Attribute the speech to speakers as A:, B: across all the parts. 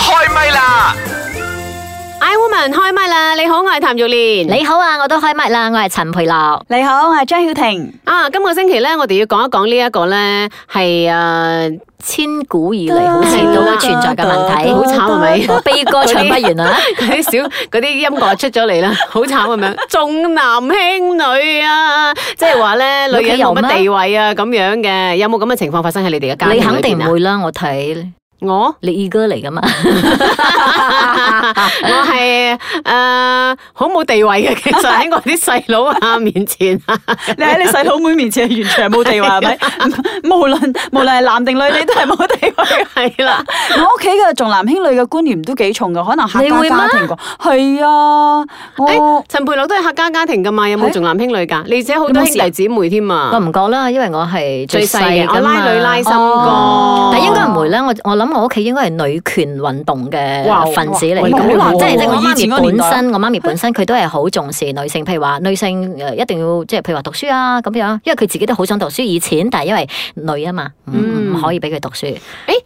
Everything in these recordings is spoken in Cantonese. A: 啦！
B: I Woman 開唛啦！你好，我係譚玉蓮。
C: 你好啊，我都開麥啦，我係陳培樂。
D: 你好，我係張曉婷。
B: 啊，今個星期咧，我哋要講一講呢一個咧係 誒
C: 千古以嚟好似都會存在嘅問題，
B: 好慘係咪？
C: 悲歌唱不 完啊！
B: 嗰啲小嗰啲音樂出咗嚟 啦，好慘咁樣，重男輕女啊，即係話咧女人冇乜地位啊咁樣嘅，有冇咁嘅情況發生喺你哋嘅家庭
C: 你
B: 裏邊啊？
C: 肯定唔會啦，我睇
B: 我。
C: 你二哥嚟噶嘛？
B: 我係誒好冇地位嘅，其實喺我啲細佬 啊面前啊，
D: 你喺你細佬妹面前係完全係冇地位，係咪？ 無論無論係男定女， 你都係冇地位。
B: 係啦，
D: 我屋企嘅重男輕女嘅觀念都幾重嘅，可能客
C: 你
D: 家
C: 會嗎
D: 家庭個係啊，我
B: 誒陳培樂都係客家家庭噶嘛，有冇
D: 係
B: 重男輕女㗎？你而且好多兄弟姊妹添
C: 我
B: 啊，
C: 唔覺啦，因為我係
B: 最細
C: 細
B: 嘅，我
C: 噶嘛
B: 拉女拉心
D: 哦
B: 哥，
C: 但應該唔會啦，我我諗我屋企應該係女權運動嘅
B: 哇
C: 分子嚟
D: 哇
C: 嘅，
D: 哇
C: 即係即係我
D: 哇以前嗰
C: 媽
D: 個
C: 咪
D: 年代
C: 本身，我媽咪本身佢都係好重視女性，譬如話女性誒一定要即係譬如話讀書啊咁樣，因為佢自己都好想讀書以前，但係因為女啊嘛，唔
B: 嗯
C: 唔可以俾佢讀書。
B: 誒，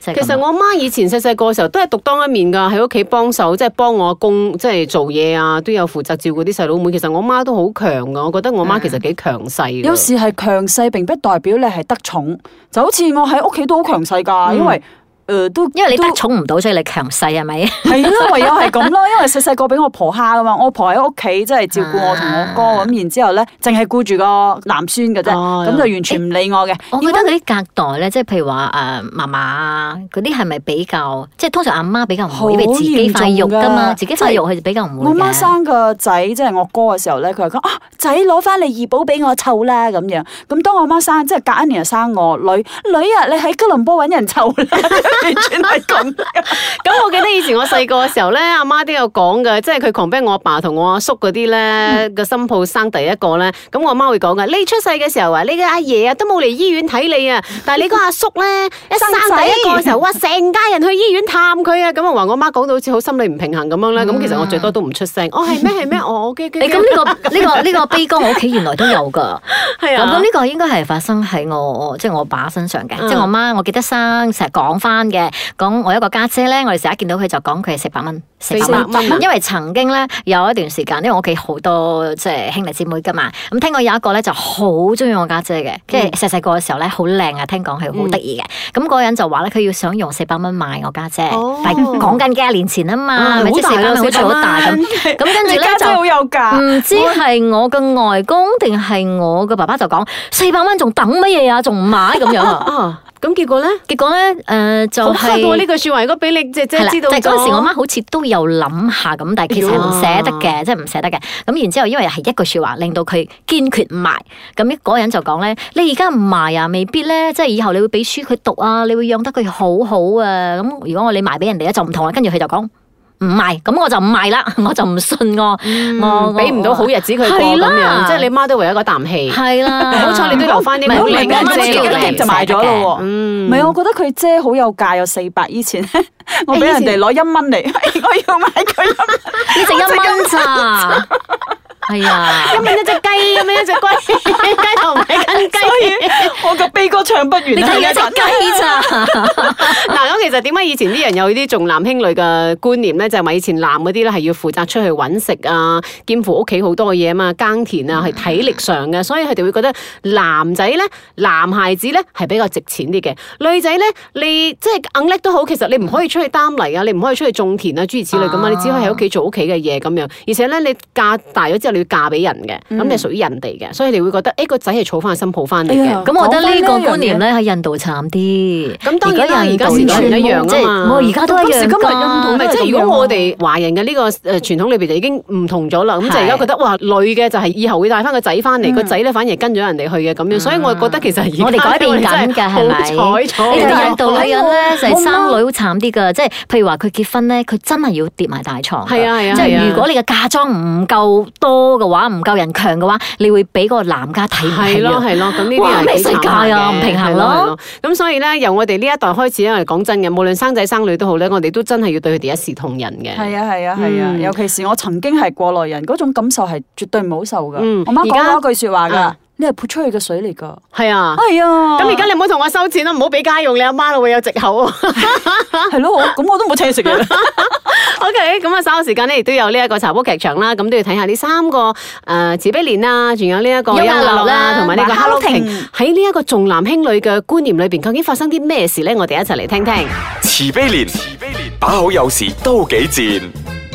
C: 就係
B: 其
C: 咁
B: 實我媽以前細細個嘅時候都係獨當一面㗎，喺屋企幫手，即係幫我阿公，即係做嘢啊，都有負責照顧啲細佬妹。其實我媽都好強㗎，我覺得我
C: 啊
B: 媽其實幾強勢㗎。
D: 有時係強勢並不代表你係得寵，就好似我喺屋企都好強勢㗎，因嗯為誒都
C: 因為你得
D: 都
C: 寵唔到，所以你強勢係咪？
D: 係啦， 唯有係咁咯，因為細細個俾我婆蝦噶嘛，我婆喺屋企即係照顧我同我哥咁，然之後咧淨係顧住個男孫嘅啫，
B: 哦
D: 咁就完全唔理我嘅。
C: 我覺 得嗰啲隔代咧，啊即係譬如話誒嫲嫲啊嗰啲係咪比較，即係通常阿媽比較唔會，因為自己塊肉㗎嘛，
D: 好嚴重㗎
C: 自己塊肉佢比較唔會
D: 我媽
C: 嘅。
D: 生個仔即係我哥嘅時候咧，佢係講啊仔攞翻你二寶俾我湊啦咁樣。咁當我媽生即係隔一年就生我女女啊，你喺吉隆坡揾人湊 啦，完全係咁。
B: 咁我記得以前我細個嘅時候咧，阿媽都有講嘅，即係佢狂逼我阿爸同我阿叔嗰啲咧個新抱生第一個咧，咁我阿媽會講嘅，你出世嘅時候啊，你嘅阿爺啊都冇嚟醫院睇你 啊，但係你個阿叔咧一生第一個嘅時候，哇，成家人去醫院探佢啊，咁啊話我媽講到好似好心理唔平衡咁樣咧，咁其實我最多都唔出聲，哦係咩係咩，哦 OK
C: 誒
B: OK，
C: 咁呢個呢個呢個悲歌，我屋企原來都有㗎。
B: 係
C: 咁咁
B: 啊
C: 呢。個應該係發生喺我即係我爸身上嘅，
B: 嗯
C: 即係我媽，我記得生成日講翻嘅，講我一個家姐咧，我哋成日見到佢就講佢係四百蚊，四
B: 400蚊啊
C: 因為曾經咧有一段時間，因為我屋企好多即係兄弟姊妹噶嘛，咁聽講有一個咧就好中意我家姐嘅，跟
B: 嗯
C: 住細細個嘅時候咧好靚啊，聽講係好得意嘅，咁嗰個人就話咧佢要想用四百蚊買我家姐，
B: 哦
C: 但係講緊幾廿年前啊嘛，
B: 啊
C: 係咪即係
B: 好大啦
C: 四百蚊好似好大咁，咁跟住
D: 你
C: 咧
D: 家姐
C: 就。
D: 好有
B: 啊
D: 㗎。
C: 唔知係我嘅外公定係我嘅爸爸就講四百蚊仲等乜嘢啊，仲唔買咁樣 啊？
B: 啊，咁結果咧，
C: 結果咧，誒、就
B: 好黑啊
C: 係、
B: 喎呢句説話，如果俾你姐姐
C: 係啦，
B: 知
C: 即
B: 道
C: 係
B: 咗，哎
C: 嗰陣時，我媽好似都有諗下咁，但係其實係唔捨得嘅，即係唔捨得嘅。咁然之後，因為係一句説話，令到佢堅決唔賣。咁嗰個人就講咧：你而家唔賣啊，未必咧，即係以後你會俾書佢讀啊，你會養得佢好好啊。咁如果我你賣俾人哋咧，就唔同啦。跟住佢就講唔賣，咁我就唔賣啦， 我就唔信我，我
B: 嗯俾唔到好日子佢過
C: 係
B: 咁樣，
C: 啦
B: 即係你媽都為一個啖氣。
C: 係 啦，
B: 好彩你都留返啲
C: 唔係
D: 我
B: 好
D: 唔
B: 靚
D: 明
B: 嘅
D: 啊，我自
B: 姐
D: 己一
B: 嗰啲
D: 碟就賣咗咯喎。
B: 嗯
D: 唔係，我覺得佢姐好有價，有四百。以前 我俾
B: 哎以
D: 人
B: 前
D: 哋攞一蚊嚟， 我要買佢 一蚊。
C: 你值一蚊咋？係啊，
B: 咁樣一隻雞，咁樣一隻龜， 街頭 唔係跟雞。
D: 我個悲歌唱不完
C: 你
D: 啊！
C: 得一隻雞咋？
B: 嗱，咁其實點解以前啲人有啲重男輕女嘅觀念咧？就係話以前男嗰啲咧係要負責出去揾食啊，肩負屋企好多嘢啊嘛，耕田
D: 嗯
B: 啊係體力上嘅，所以佢哋會覺得男仔咧、男孩子咧係比較值錢啲嘅。女仔咧，你即係硬叻都好，其實你唔可以出去擔泥啊，你唔可以出去種田啊，諸如此類咁啊，
C: 啊
B: 你只可以喺屋企做屋企嘅嘢咁樣。而且咧，你嫁大咗之後，你要嫁俾人嘅，咁你係屬於人哋嘅，所以你會覺得誒個仔係儲翻心抱翻嚟
D: 嗯
B: 嘅
D: 哎呀。
C: 咁我覺得呢個觀念咧喺印度慘啲。
B: 咁當然啦
C: 而家印度
B: 而家時代唔一樣啊嘛
C: 即係我而家都一樣
D: 今時今日印
B: 唔
D: 度
C: 㗎。
D: 都
B: 係，
D: 係
B: 即係如果
C: 啊
D: 咁樣
B: 我哋華人嘅呢個誒呃傳統裏邊就已經唔同咗啦，咁就而家覺得哇，女嘅就係以後會帶翻個仔翻嚟，個仔咧反而跟咗人哋去嘅咁樣，所以我覺得其實而家
C: 嗯我哋改變緊
B: 我
C: 㗎
B: 哋真
C: 係咪
B: 好彩咗
C: 你
D: 哋
C: 哋
D: 有
C: 印度女人
B: 哎
C: 咧就係生女好慘啲㗎，即係譬如話佢結婚咧，佢真係要跌埋大床㗎。
B: 係啊係啊
C: 即
B: 係啊
C: 係如果你嘅嫁妝唔夠多嘅話，唔夠人強嘅話，你會俾個男家睇唔起
B: 係咯
C: 啊。
B: 係咯，咁呢啲
C: 哇
B: 係
C: 咩
B: 幾
C: 世界
B: 慘
C: 啊
B: 嘅
C: 唔平衡
B: 係
C: 咯
B: 係咁所以咧，由我哋呢一代開始，因為講真嘅，無論生仔生女都好咧，我哋都真係要對佢哋一視同仁嘅。
D: 係啊係啊係啊！
B: 嗯
D: 尤其是我曾經係過來人，嗰種感受係絕對唔好受噶。
B: 嗯
D: 我媽
B: 而家
D: 講過一句説話
B: 啊
D: 噶：你係潑出去嘅水嚟㗎。
B: 係啊。
D: 係啊，
B: 咁而家你唔好同我收錢啦，唔好俾家用你阿媽啦，會有藉口 啊。
D: 係咯，我咁我都冇請你 食嘢啦。
B: OK，咁啊稍後時間咧亦都有呢一個茶煲劇場啦，咁都要睇下呢三個誒慈悲蓮啦，仲有呢一個
C: 優
B: 優
C: 雅
B: 雅
C: 樂
B: 樂
C: 啦
B: 啦，同埋呢個
C: 馬哈
B: 哈
C: 洛
B: 洛
C: 婷
B: 婷喺呢一個重男輕女嘅觀念裏邊，究竟發生啲咩事咧？我哋一齊嚟聽聽。
A: 慈悲蓮，慈悲蓮，把口有時都幾賤。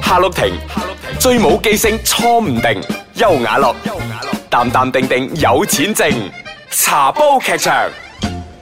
A: 夏綠庭，夏綠庭，最冇記性錯唔定。優雅樂，優雅樂，淡淡定定有錢剩。茶煲劇場，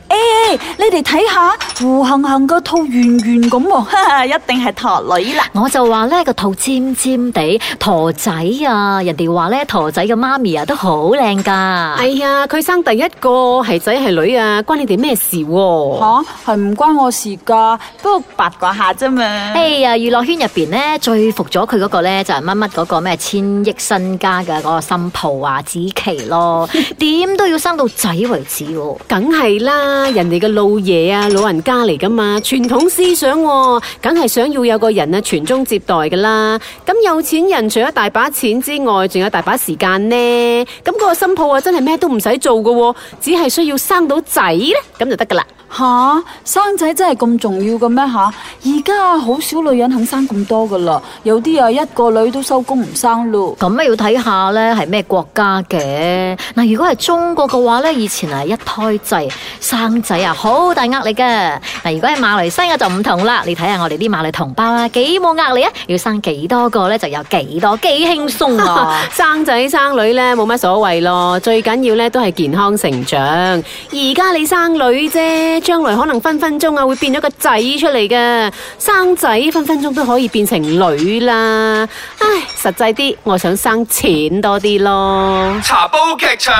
D: 誒，你哋睇下胡杏杏個肚圓圓咁喎， 哈哈一定係陀女啦。
C: 我就話咧個肚尖尖地，陀仔啊，人哋話咧陀仔嘅媽咪啊都好靚噶。
B: 哎呀，佢生第一個係仔係女啊，關你哋咩事喎、
D: 吓，係唔關我事㗎，不過八卦下啫嘛。
C: 哎呀，娛樂圈入邊咧最服咗佢嗰個咧就係乜乜嗰個咩千億身家嘅嗰個新抱啊子琪咯，點都要生到仔為止喎。
B: 梗係啦，人哋嘅老爺啊，老人家嚟噶嘛，傳統思想喎、梗係想要有個人啊傳宗接代噶啦。咁有錢人除咗大把錢之外，仲有大把時間呢。咁、個新抱啊，真係咩都唔使做噶、喎，只係需要生到仔咧，咁就得噶啦。
D: 吓，生仔真係咁重要嘅咩吓？而家好少女人肯生咁多噶啦，有啲啊一個女都收工唔生咯。
C: 咁啊要睇下咧係咩國家嘅嗱，如果係中國嘅話咧，以前係一胎制生仔啊，好大壓力嘅嗱。如果係馬來西亞就唔同啦，你睇下我哋啲馬來同胞啊，幾冇壓力啊，要生幾多個咧就有幾多，幾輕鬆
B: 哦
C: 啊！
B: 生仔生女咧冇乜所謂咯，最緊要咧都係健康成長。而家你生女啫，將來可能分分鐘啊會變咗個仔出嚟嘅，生仔分分鐘都可以變成女啦。唉，實際啲，我想生錢多啲咯。
A: 茶煲劇場。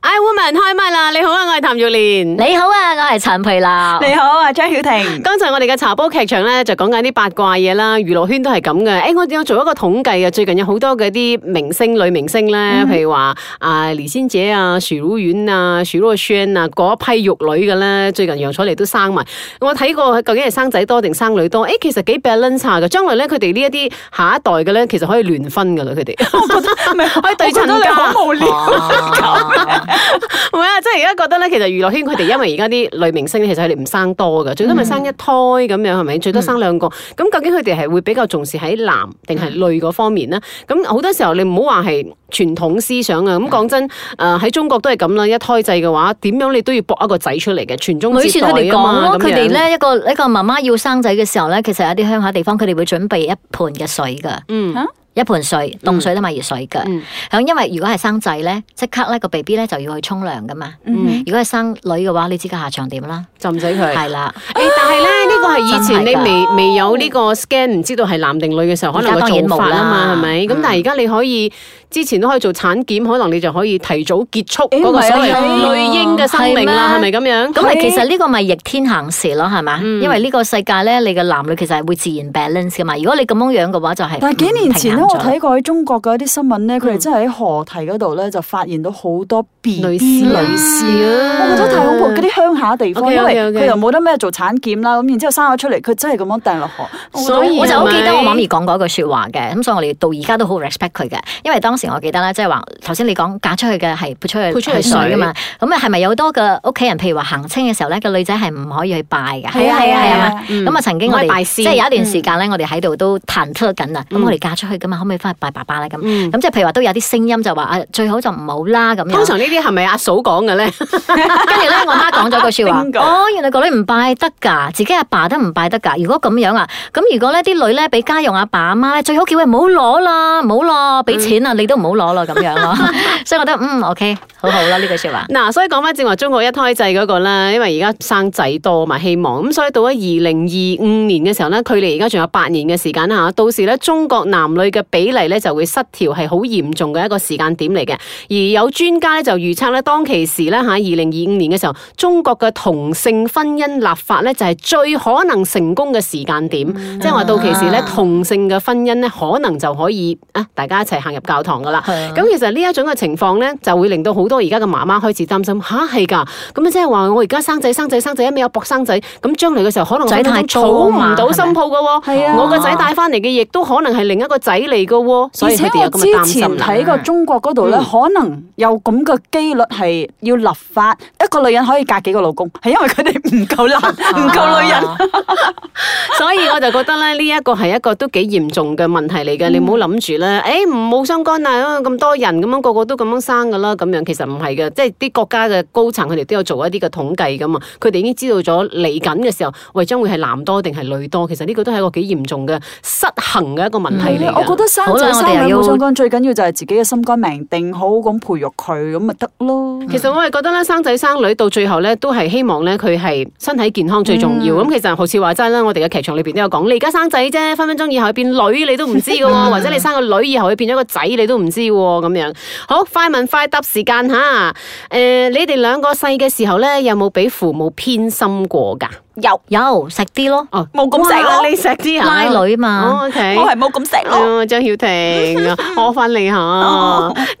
B: I woman 開唛啦！你好啊，我係譚玉蓮。
C: 你好啊，我係陳佩娜。
D: 你好啊，張曉婷。
B: 剛才我哋嘅茶煲劇場咧就講緊啲八卦嘢啦，娛樂圈都係咁嘅。誒、我有做一個統計嘅，最近有好多嘅啲明星女明星咧，譬如話啊李仙姐啊、許茹芸啊、許若瑄啊嗰一批玉女嘅咧，最近楊采妮都生埋。我睇過究竟係生仔多定生女多？誒、其實幾 balance 下嘅。將來咧佢哋呢一啲下一代嘅咧，其實可以聯婚㗎啦，佢哋。
D: 唔 係，
B: 可以對襯㗎
D: 我覺得你好無聊。
C: 啊
B: 唔係啊，即係而家覺得咧，其實娛樂圈佢哋因為而家啲女明星其實佢哋唔生多㗎，最多咪生一胎咁樣係咪？最多生
C: 嗯
B: 兩個。咁究竟佢哋係會比較重視喺男定係女嗰方面咧？咁好多時候你唔好話係傳統思想啊。
C: 嗯
B: 咁講真，誒喺中國都係咁啦，一胎制嘅話，點樣你都要搏一個仔出嚟嘅，傳宗
C: 我以
B: 接
C: 前
B: 代
C: 佢哋
B: 啊
C: 講
B: 嘛。
C: 咯，
B: 咁
C: 佢
B: 樣
C: 哋咧一個一個媽媽要生仔嘅時候咧，其實有啲鄉下地方佢哋會準備一盤嘅水噶。
B: 嗯
D: 嚇
C: 一盆水，凍水同埋熱水噶。咁、
B: 嗯
C: 因為如果係生仔咧，即刻咧個 B B 咧就要去沖涼噶嘛。
D: 嗯
C: 如果係生女嘅話，你知個下場點啦？
B: 浸死佢。
C: 係啦，
B: 誒、但係咧，呢個係以前
C: 哦真係
B: 你未
C: 㗎
B: 未有呢個 scan，唔知道係男定女嘅時候，可能
C: 而家當
B: 個
C: 然
B: 做法啊嘛，係
C: 冇啦嗯
B: 咪？咁、但係而家你可以之前都可以做產檢，可能你就可以提早結束
D: 誒
B: 嗰個所謂
D: 唔係啊
B: 女嬰嘅生命啦，
C: 係
B: 係咪
C: 咩
B: 咁樣？
C: 咁
B: 咁
C: 咪
D: 係
C: 其實呢個咪逆天行事咯，係嘛？
B: 嗯
C: 因為呢個世界咧，你嘅男女其實係會自然 balance 噶嘛。如果你咁樣樣嘅話，就係
D: 但係幾年前咧，
C: 唔
D: 我
C: 平衡咗
D: 睇過喺中國嘅一啲新聞咧，佢哋真係喺河堤嗰度咧就發現到好多 B
B: 女
D: B
B: 士
D: 女
B: 女
D: 士。
B: 士啊，
D: 我覺得太恐怖，嗰啲鄉下地方，因
B: OK，OK，OK
D: 為佢又冇得咩做產檢啦，咁然之後生咗出嚟，佢真係咁樣掟落河。我覺得
B: 所以啊
C: 我就好記得我
B: 係咪
C: 媽咪講過一句説話嘅，咁所以我哋到而家都好 respect 佢嘅，因為當時我記得咧，即係話頭先你講嫁出去嘅係潑出去
B: 潑出去
C: 去水噶嘛，咁啊係咪有好多嘅屋企人，譬如話行清嘅時候咧，個女仔係唔可以去拜嘅，
D: 係啊係啊
C: 係
D: 係
C: 嘛
D: 啊，
B: 嗯
C: 咁啊曾經
B: 唔
C: 我
B: 可以
C: 哋
B: 拜
C: 即
B: 師
C: 係有一段時間咧，我哋喺度都談推緊啦，咁我哋嫁出去噶嘛，可唔可以翻去拜爸爸咧咁？
B: 嗯
C: 咁即係譬如話都有啲聲音就話啊，最好就唔好啦咁
B: 通
C: 樣。
B: 常呢啲係咪阿嫂講嘅咧？
C: 跟住咧，我媽講咗句説話
D: 邊，個
C: 哦，原來個女唔拜得㗎，自己阿爸都唔拜得㗎。如果咁樣啊，咁如果咧啲女咧俾家用阿爸阿媽咧，最好叫佢唔好攞啦，唔好咯，俾錢啊，你都唔好攞啦咁樣咯。 所以我覺得嗯 OK，好好啦呢句説話。
B: 嗱，所以講翻正話中國一胎制嗰個啦，因為而家生仔多嘛，希望咁，所以到咗二零二五年嘅時候咧，距離而家仲有八年嘅時間啦嚇，到時咧中國男女嘅比例咧就會失調，係好嚴重嘅一個時間點嚟嘅。而有專家咧就預測咧，當其時咧嚇二零二五年嘅時候，中國嘅同性婚姻立法咧就係最可能成功嘅時間點，即係話到其時咧同性嘅婚姻咧可能就可以啊大家一齊行入教堂噶啦。
D: 啊
B: 咁其實呢一種嘅情況咧，就會令到好多而家嘅媽媽開始擔心吓係㗎，咁啊即係話我而家生仔生仔生仔，一味有搏生仔，咁將
D: 嗯
B: 來嘅時候可能
C: 仔太
B: 儲
C: 多啊嘛
B: 唔到新抱嘅喎，
D: 係啊啊
B: 我個仔帶翻嚟嘅亦都可能係另一個仔嚟噶喎，所以
D: 而且
B: 佢哋
D: 我
B: 有咁嘅擔
D: 之前
B: 心啦。
D: 睇過中國嗰度咧，
B: 嗯
D: 可能有咁嘅機率係要立法，一個女人可以嫁幾個老公，係因為佢哋唔夠男，唔夠女人。
C: 啊
B: 所以我就覺得咧，呢一個係一個都幾嚴重嘅問題嚟
D: 嗯
B: 嘅。你唔好諗住咧，誒唔冇相干啊，咁多人咁樣個個都咁樣生噶啦，咁樣其實唔係嘅，即係啲國家嘅高層佢哋都有做一啲嘅統計噶嘛，佢哋已經知道咗嚟緊嘅時候，喂將會係男多定係女多，其實呢個都係一個幾嚴重嘅失衡嘅一個問題嚟㗎
D: 係啊我覺得生仔
C: 好啦我
D: 生
C: 哋
D: 女
C: 又要
D: 冇相干，最緊要就係自己嘅心肝命定好咁培育佢，咁咪得咯。
B: 其實我係覺得咧，生仔生女到最後咧，都係希望咧佢係身體健康最重要。咁、其實好似話齋啦，我哋嘅劇場裏邊都有講，你而家生仔啫，分分鐘以後變女你都唔知嘅喎，或者你生個女以後佢變咗個仔你都唔知喎咁樣。好，快問快答時間吓，誒、你哋兩個細嘅時候咧，有冇俾父母偏心過㗎？
D: 有
C: 有食啲咯，
B: 哦，
D: 冇咁錫
B: 哇
D: 咯
B: 你錫啲啊？
C: 拉女嘛，
B: 哦，OK。
D: 我係冇咁食咯。
B: 哦，張曉 婷，我翻你下。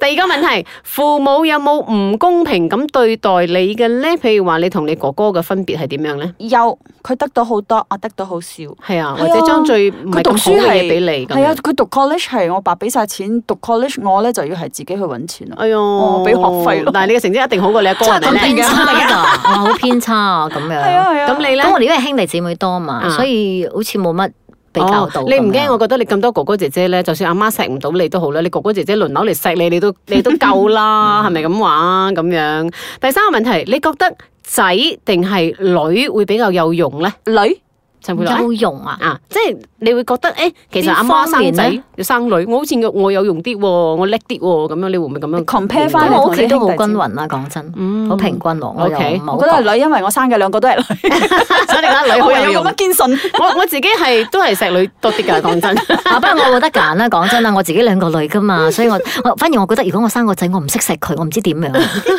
B: 第二個問題，父母有冇唔公平咁對待你嘅咧？譬如話你同你哥哥嘅分別係點樣咧？
D: 有佢得到好多，我得到好少。
B: 係啊，或
D: 係啊
B: 者將最唔係
D: 佢讀
B: 咁好
D: 書
B: 嘅嘢
D: 係
B: 俾你咁
D: 係啊，
B: 樣。
D: 佢讀 college 係我爸俾晒錢讀 college，我咧就要係自己去揾錢咯。
B: 哎呦，
D: 哦俾學費咯
B: 但係你嘅成績一定好過你阿哥係
C: 真係咁
B: 咪
C: 偏
B: 咧？
C: 差㗎，我好偏差啊咁
D: 係
C: 樣。
D: 啊係啊，
B: 咁你咧
C: 咁？我哋因為兄弟姊妹多嘛，
B: 啊
C: 所以好似冇乜比較到
B: 哦
C: 咁樣。
B: 你唔驚？我覺得你咁多哥哥姐姐咧，就算阿媽錫唔到你都好啦，你哥哥姐姐輪流嚟錫你，你都 你都夠啦，係咪咁話咁樣？第三個問題，你覺得仔定係女會比較有用咧？
D: 女
B: 陳佩樂。
C: 有用啊？
B: 啊，即係你會覺得誒、欸其實阿媽
C: 邊方
B: 生
C: 面
B: 仔
C: 呢
B: 要生女，我好似我有用啲喎，我叻啲喎，咁樣你會唔嗯會咁樣
D: compare
C: 咁
D: 翻
C: 我屋企都好均勻啦，講真，
B: 嗯
C: 好平均喎。我又
B: OK，
C: 冇
D: 我覺得係女，因為我生嘅兩個都係女，
B: 所以你覺得哎女好有
D: 我
B: 用
D: 咁。樣堅信。
B: 我我自己係都係錫女多啲㗎，講真。
C: 啊，不過我冇得揀啦，講真啦，我自己兩個女 噶嘛，所以我我反而我覺得如果我生個仔，我唔識錫佢，我唔知點樣，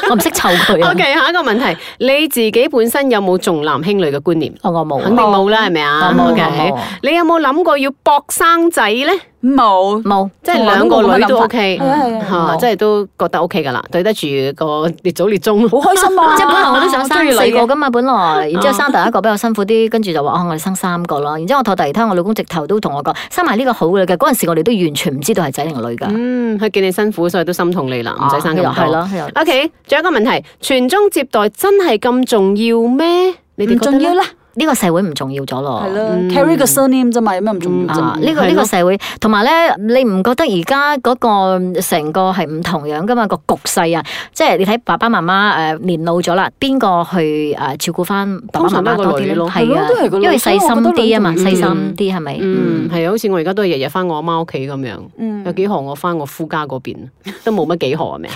C: 我唔識湊佢啊
B: O、k 下一個問題，你自己本身有冇重男輕女嘅觀念？
C: 哦我冇啊，
B: 肯定冇啦，係咪啊
C: 我冇
B: OK
C: 我冇
B: 你有冇諗過要搏生仔咧？
D: 冇，
C: 冇。
B: 即係兩個女都 OK，
D: 係啊係啊
B: 嚇即係都覺得 OK 㗎啦，對得住個列祖列宗。
D: 好開心 啊！
C: 即係本來我都想
D: 中意
C: 生
D: 女
C: 四個
D: 嘅
C: 噶嘛，本來，然之後生第一個比較辛苦啲，跟住就話哦，我哋生三個啦。然之後我托第二胎，我老公直頭都同我講，生埋呢個好嘅嘅。嗰陣時我哋都完全唔知道係仔定女噶，
B: 嗯，佢見你辛苦，所以都心痛你啦，唔使生咁多。
C: 啊哦係咯，係咯
B: O K，仲有一個問題，傳宗接代真係咁重要咩？你哋覺
D: 唔
B: 得
D: 重要
B: 咧？
D: 啦，
C: 呢哦個社會唔重要咗咯
D: 係。咯
B: 嗯
D: ，carry 個 surname 啫嘛，有咩唔重要啫？
C: 啊！
B: 嗯
C: 呢、個
B: 係
C: 呢
B: 咯
C: 個社會，同埋咧，你唔覺得而家嗰個成個係唔同樣噶嘛？個局勢啊，即係你睇爸爸媽媽誒、呃年老咗啦，邊個去誒、呃照顧翻爸爸
B: 通常都
C: 媽媽
B: 係個
C: 多啲
B: 女
C: 咧？
B: 咯
C: 係
D: 係
C: 啊
D: 咯都係個，女
C: 因為細心啲啊嘛，
D: 所
C: 細
B: 以我覺
C: 心
B: 得
C: 啲係咪？
B: 嗯，係啊，好似我而家都係日日翻我阿媽屋企咁樣，
D: 嗯
B: 有幾何我翻我夫家嗰邊， 都冇乜幾何啊咩？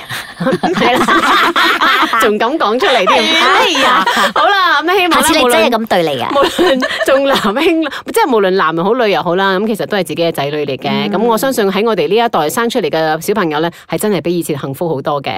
B: 係啦， 仲敢講出嚟添？哎呀，好啦，咁希望
C: 下次
B: 咧，
C: 你
B: 無
C: 真係
B: 論
C: 咁對你啊！
B: 無論 重男輕女，即係無論男又好女又好啦，咁其實都係自己嘅仔女嚟嘅。咁我相信喺我哋呢一代生出嚟嘅小朋友咧，係真係比以前幸福好多嘅。